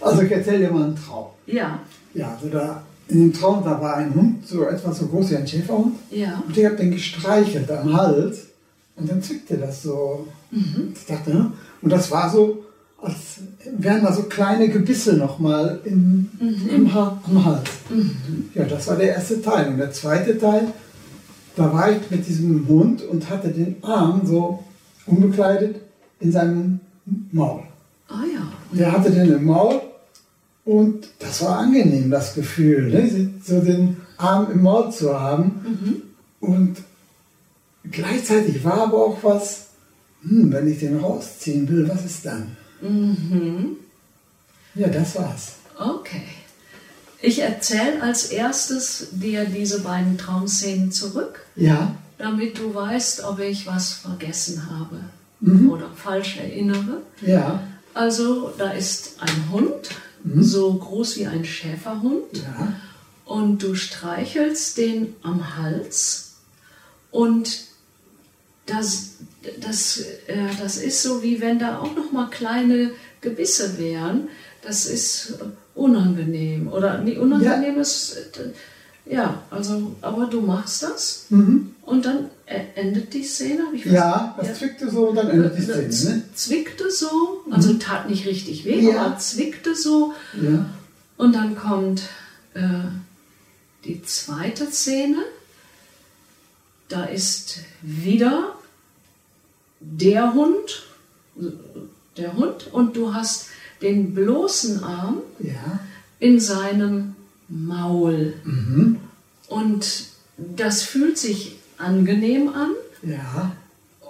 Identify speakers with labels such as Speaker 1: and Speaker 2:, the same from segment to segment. Speaker 1: Also ich erzähle dir mal einen Traum.
Speaker 2: Ja,
Speaker 1: Ja, also da, in dem Traum, da war ein Hund, so etwa so groß wie ein Schäferhund.
Speaker 2: ja.
Speaker 1: Und ich habe den gestreichelt am Hals. Und dann zwickte das so. Ich dachte, ne? Und das war so, als wären da so kleine Gebisse nochmal im, im ha am Hals. Ja, das war der erste Teil. Und der zweite Teil, da war ich mit diesem Hund und hatte den Arm so unbekleidet in seinem Maul.
Speaker 2: Ah ja.
Speaker 1: Der hatte den im Maul und das war angenehm, das Gefühl, ne? so den Arm im Maul zu haben. Und gleichzeitig war aber auch was, hm, wenn ich den rausziehen will, was ist dann? Mhm. Ja, das war's.
Speaker 2: Okay. Ich erzähle als erstes dir diese beiden Traumszenen zurück,
Speaker 1: Ja,
Speaker 2: damit du weißt, ob ich was vergessen habe oder falsch erinnere.
Speaker 1: ja,
Speaker 2: Also, da ist ein Hund, so groß wie ein Schäferhund.
Speaker 1: ja,
Speaker 2: und du streichelst den am Hals und das, das, äh, das ist so wie wenn da auch noch mal kleine Gebisse wären. Das ist äh, unangenehm oder nee, unangenehm ist äh, ja also aber du machst das und dann äh, endet die Szene. Hab Ich weiß-
Speaker 1: Mhm. ja, das zwickte so und dann endet die
Speaker 2: äh,
Speaker 1: Szene, ne?
Speaker 2: Zwickte so, also tat nicht richtig weh,
Speaker 1: Mhm. Ja.
Speaker 2: aber zwickte so.
Speaker 1: ne? Ja.
Speaker 2: Und dann kommt äh, die zweite Szene. Da ist wieder der Hund, der Hund, und du hast den bloßen Arm
Speaker 1: Ja,
Speaker 2: in seinem Maul.
Speaker 1: Mhm.
Speaker 2: Und das fühlt sich angenehm an.
Speaker 1: ja,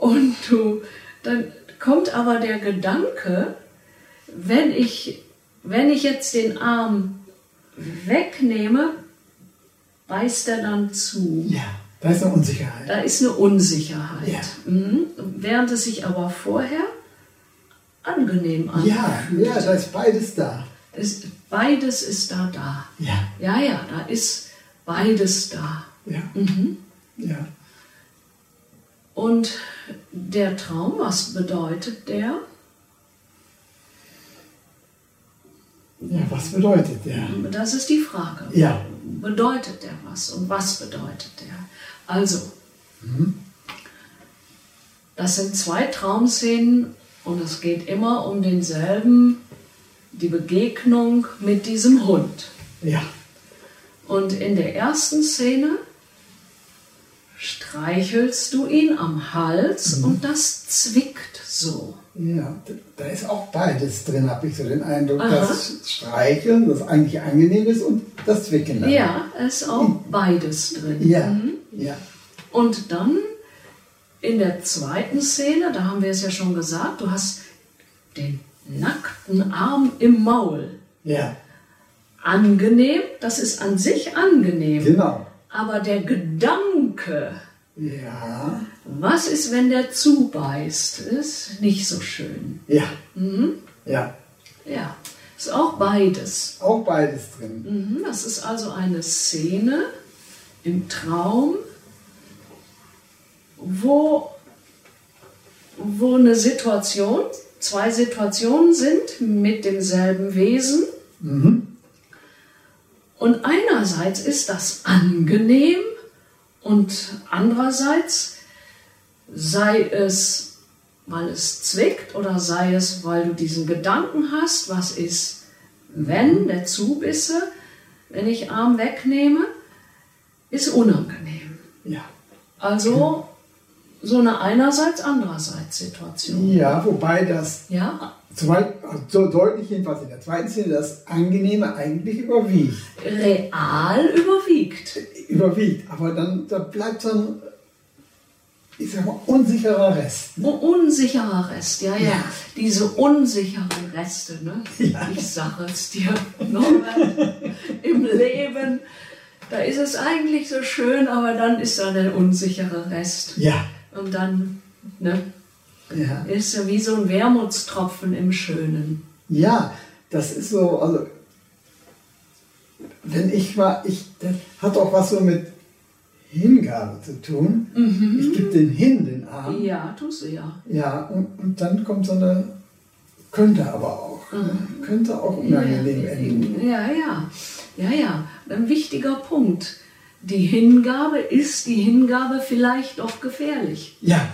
Speaker 2: Und du, dann kommt aber der Gedanke, wenn ich, wenn ich jetzt den Arm wegnehme, beißt er dann zu.
Speaker 1: ja. Da ist eine Unsicherheit.
Speaker 2: Da ist eine Unsicherheit.
Speaker 1: Ja.
Speaker 2: Mhm. Während es sich aber vorher angenehm
Speaker 1: Ja,
Speaker 2: anfühlt.
Speaker 1: ja, da ist beides da.
Speaker 2: Es, beides ist da da.
Speaker 1: Ja,
Speaker 2: Ja, ja, da ist beides da.
Speaker 1: ja, ja.
Speaker 2: Und der Traum, was bedeutet der?
Speaker 1: Ja, was bedeutet der?
Speaker 2: Das ist die Frage.
Speaker 1: Ja.
Speaker 2: Bedeutet der was und was bedeutet der? Also, das sind zwei Traumszenen und es geht immer um denselben, die Begegnung mit diesem Hund.
Speaker 1: Ja,
Speaker 2: Und in der ersten Szene streichelst du ihn am Hals und das zwickt so.
Speaker 1: ja, d- da ist auch beides drin, habe ich so den Eindruck.
Speaker 2: Aha.
Speaker 1: Das Streicheln, das eigentlich angenehm ist, und das Zwicken. dann.
Speaker 2: Ja, Mhm. ist auch beides drin.
Speaker 1: Ja, ja,
Speaker 2: Und dann in der zweiten Szene, da haben wir es ja schon gesagt, du hast den nackten Arm im Maul.
Speaker 1: ja,
Speaker 2: Angenehm, das ist an sich angenehm.
Speaker 1: genau.
Speaker 2: Aber der Gedanke,
Speaker 1: Ja,
Speaker 2: was ist, wenn der zubeißt, ist nicht so schön.
Speaker 1: ja,
Speaker 2: Mhm.
Speaker 1: ja,
Speaker 2: Ja, ist auch beides.
Speaker 1: auch beides drin.
Speaker 2: Mhm, Das ist also eine Szene im Traum, wo, wo eine Situation, zwei Situationen sind mit demselben Wesen. Und einerseits ist das angenehm und andererseits sei es, weil es zwickt oder sei es, weil du diesen Gedanken hast, was ist, wenn der Zubisse, wenn ich Arm wegnehme, ist unangenehm.
Speaker 1: Ja.
Speaker 2: Also so eine einerseits andererseits Situation.
Speaker 1: ja, wobei das
Speaker 2: Ja,
Speaker 1: zwei- so deutlich jedenfalls in der zweiten Szene das Angenehme eigentlich überwiegt.
Speaker 2: real überwiegt.
Speaker 1: Überwiegt, aber dann da bleibt so ein, ich sag mal, unsicherer Rest.
Speaker 2: Un- Unsicherer Rest, ja, ja.
Speaker 1: Ja.
Speaker 2: Diese unsicheren Reste, ne? Ich sage es dir, Norbert, im Leben, da ist es eigentlich so schön, aber dann ist da der unsichere Rest.
Speaker 1: Ja,
Speaker 2: Und dann, ne?
Speaker 1: ja.
Speaker 2: Ist ja wie so ein Wermutstropfen im Schönen.
Speaker 1: Ja, das ist so, also wenn ich war, ich, das hat auch was so mit Hingabe zu tun. Ich gebe den hin, den Arm.
Speaker 2: Ja, tust du ja.
Speaker 1: Ja, und, und dann kommt so eine, könnte aber auch ne? Könnte auch unangenehm enden.
Speaker 2: Ja, ja, ja, ja. Ein wichtiger Punkt. Die Hingabe ist die Hingabe vielleicht doch gefährlich.
Speaker 1: Ja,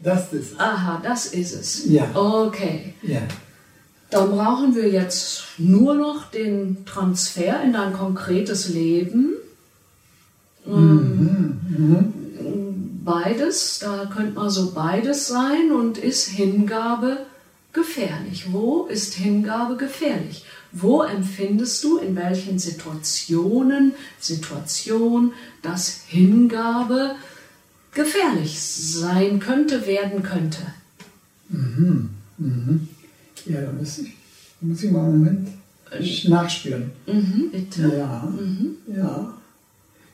Speaker 1: das ist es.
Speaker 2: Aha, das ist es.
Speaker 1: Ja.
Speaker 2: Okay.
Speaker 1: Ja.
Speaker 2: Dann brauchen wir jetzt nur noch den Transfer in ein konkretes Leben. Ähm, Beides, da könnte mal so beides sein und ist Hingabe gefährlich? Wo ist Hingabe gefährlich? Wo empfindest du in welchen Situationen, Situation, dass Hingabe gefährlich sein könnte, werden könnte?
Speaker 1: Ja, da muss ich, da muss ich mal einen Moment nachspüren.
Speaker 2: Mhm, bitte.
Speaker 1: Ja, ja.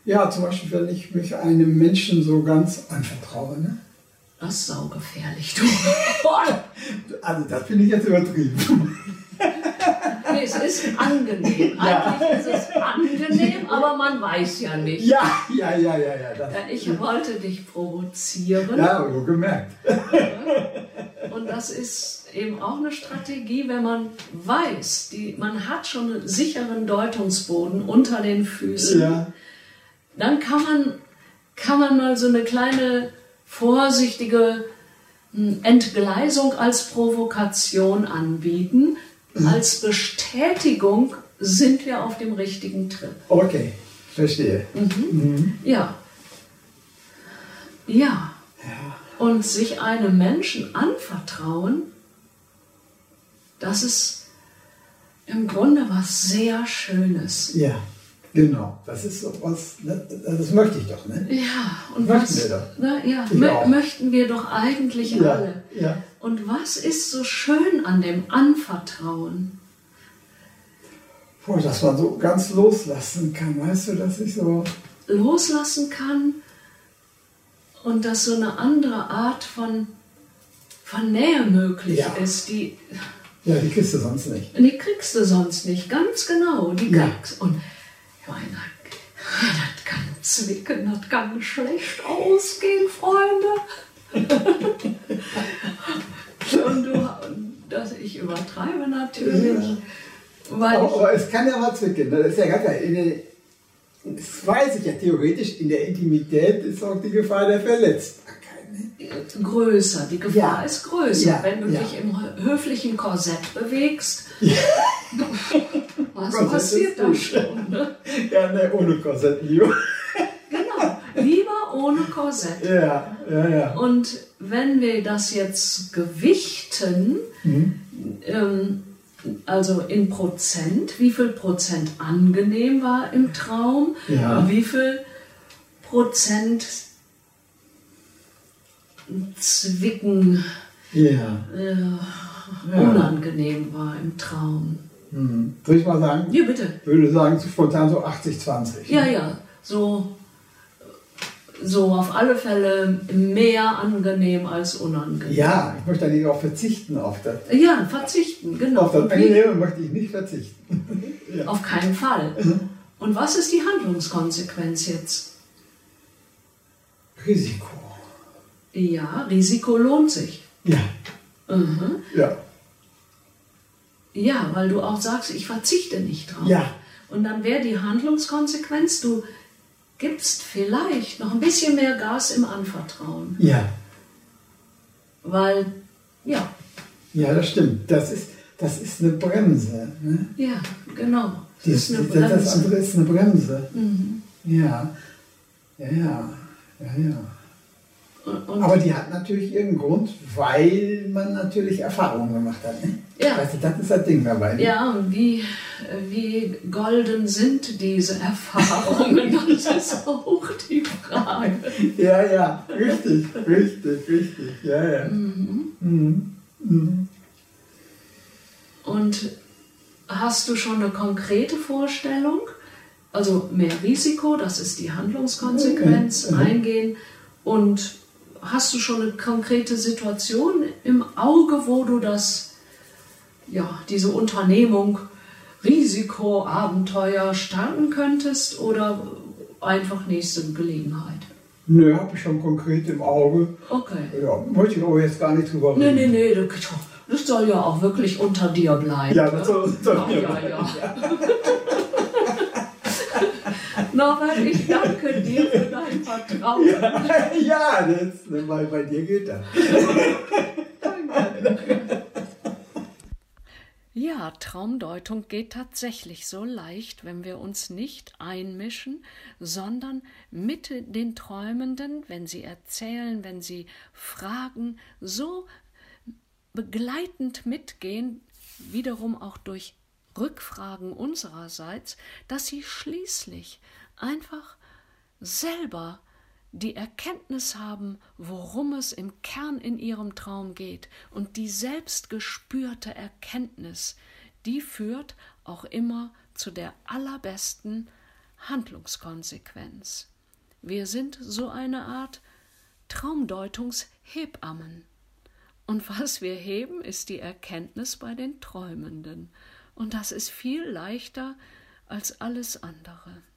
Speaker 1: Ja, zum Beispiel, wenn ich mich einem Menschen so ganz anvertraue. Ne?
Speaker 2: Das ist saugefährlich, du.
Speaker 1: Also, das finde ich jetzt übertrieben.
Speaker 2: Nee, es ist angenehm. Eigentlich ist es angenehm, aber man weiß ja nicht.
Speaker 1: ja, ja, ja, ja, ja. Das,
Speaker 2: Äh, Ich wollte dich provozieren
Speaker 1: ja, habe ich wohl gemerkt.
Speaker 2: und das ist eben auch eine Strategie, wenn man weiß, die, man hat schon einen sicheren Deutungsboden unter den Füßen,
Speaker 1: Ja,
Speaker 2: dann kann man, kann man mal so eine kleine vorsichtige hm, Entgleisung als Provokation anbieten.
Speaker 1: Mhm.
Speaker 2: Als Bestätigung sind wir auf dem richtigen Trip.
Speaker 1: okay, verstehe.
Speaker 2: Ja. Ja. Und sich einem Menschen anvertrauen, das ist im Grunde was sehr Schönes.
Speaker 1: Ja, genau. Das ist sowas, ne? das möchte ich doch, ne?
Speaker 2: Ja, und
Speaker 1: Möchten
Speaker 2: was
Speaker 1: wir doch.
Speaker 2: Na, ja,
Speaker 1: Ich
Speaker 2: mö
Speaker 1: auch.
Speaker 2: möchten wir doch eigentlich
Speaker 1: Ja,
Speaker 2: alle.
Speaker 1: ja.
Speaker 2: Und was ist so schön an dem Anvertrauen?
Speaker 1: Boah, dass man so ganz loslassen kann, weißt du, dass ich so.
Speaker 2: loslassen kann und dass so eine andere Art von, von Nähe möglich
Speaker 1: Ja.
Speaker 2: ist, die,
Speaker 1: Ja, die kriegst du sonst nicht.
Speaker 2: die kriegst du sonst nicht, ganz genau, die
Speaker 1: Ja.
Speaker 2: kriegst und ich meine, das kann zwicken, das kann schlecht ausgehen, Freunde. und du, dass ich übertreibe natürlich,
Speaker 1: Ja.
Speaker 2: weil
Speaker 1: Aber,
Speaker 2: ich,
Speaker 1: aber es kann ja mal zwicken, ne? das ist ja ganz klar. In der, das weiß ich ja theoretisch, in der Intimität ist auch die Gefahr der Verletzbarkeit. Ne?
Speaker 2: größer, die Gefahr
Speaker 1: Ja.
Speaker 2: ist größer,
Speaker 1: Ja,
Speaker 2: wenn du
Speaker 1: ja.
Speaker 2: dich im hö- höflichen Korsett bewegst. Was
Speaker 1: Korsett
Speaker 2: passiert
Speaker 1: ist
Speaker 2: da
Speaker 1: gut.
Speaker 2: schon? Ne?
Speaker 1: Ja, ne, ohne Korsett, Leo.
Speaker 2: Genau, lieber ohne Korsett.
Speaker 1: Ja, ja, ja.
Speaker 2: Und wenn wir das jetzt gewichten,
Speaker 1: Mhm.
Speaker 2: ähm, also in Prozent, wie viel Prozent angenehm war im Traum,
Speaker 1: Ja.
Speaker 2: wie viel Prozent zwicken,
Speaker 1: Ja.
Speaker 2: äh, unangenehm war im Traum.
Speaker 1: Hm. Soll ich mal sagen?
Speaker 2: Ja, bitte.
Speaker 1: Ich würde sagen, so spontan so 80-20.
Speaker 2: Ja, ja. So, so auf alle Fälle mehr angenehm als unangenehm.
Speaker 1: Ja, ich möchte eigentlich auch verzichten auf das.
Speaker 2: Ja, verzichten, genau.
Speaker 1: Auf das
Speaker 2: Und wie-
Speaker 1: Angenehme möchte ich nicht verzichten.
Speaker 2: auf keinen Fall.
Speaker 1: Mhm.
Speaker 2: Und was ist die Handlungskonsequenz jetzt?
Speaker 1: Risiko.
Speaker 2: Ja, Risiko lohnt sich.
Speaker 1: Ja,
Speaker 2: Mhm.
Speaker 1: ja.
Speaker 2: Ja, weil du auch sagst, ich verzichte nicht drauf.
Speaker 1: Ja.
Speaker 2: Und dann wäre die Handlungskonsequenz, du gibst vielleicht noch ein bisschen mehr Gas im Anvertrauen.
Speaker 1: Ja,
Speaker 2: Weil, ja,
Speaker 1: ja, das stimmt. Das ist, das ist eine Bremse. Ne?
Speaker 2: Ja, genau. Das
Speaker 1: Die-
Speaker 2: ist eine
Speaker 1: das, das
Speaker 2: Bremse. Mhm.
Speaker 1: andere ist eine Bremse. Ja. ja, ja, ja, ja.
Speaker 2: Und, und
Speaker 1: Aber die hat natürlich ihren Grund, weil man natürlich Erfahrungen gemacht hat. Ne?
Speaker 2: Ja.
Speaker 1: Weißt du, das ist das Ding dabei. ne?
Speaker 2: ja, und wie, wie golden sind diese Erfahrungen? Das ist auch die Frage.
Speaker 1: ja, ja. richtig, richtig, richtig. Ja, ja. Mhm. Mhm.
Speaker 2: Und hast du schon eine konkrete Vorstellung? Also mehr Risiko, das ist die Handlungskonsequenz,
Speaker 1: Mhm.
Speaker 2: eingehen. Und hast du schon eine konkrete Situation im Auge, wo du das, ja, diese Unternehmung Risiko, Abenteuer starten könntest oder einfach nächste Gelegenheit?
Speaker 1: Nö, habe ich schon konkret im Auge.
Speaker 2: Okay.
Speaker 1: Ja, möchte ich aber jetzt gar nicht drüber
Speaker 2: Nee,
Speaker 1: reden.
Speaker 2: nee, nee, du, Das soll ja auch wirklich unter dir bleiben.
Speaker 1: Ja, das soll
Speaker 2: ne?
Speaker 1: unter
Speaker 2: ja,
Speaker 1: mir
Speaker 2: ja, ja. Norbert, ich danke dir für dein Vertrauen.
Speaker 1: ja, das, weil bei dir geht das.
Speaker 2: Ja, Traumdeutung geht tatsächlich so leicht, wenn wir uns nicht einmischen, sondern mit den Träumenden, wenn sie erzählen, wenn sie fragen, so begleitend mitgehen, wiederum auch durch Rückfragen unsererseits, dass sie schließlich einfach selber die Erkenntnis haben, worum es im Kern in ihrem Traum geht, und die selbst gespürte Erkenntnis, die führt auch immer zu der allerbesten Handlungskonsequenz. Wir sind so eine Art Traumdeutungshebammen. Und was wir heben, ist die Erkenntnis bei den Träumenden. Und das ist viel leichter als alles andere.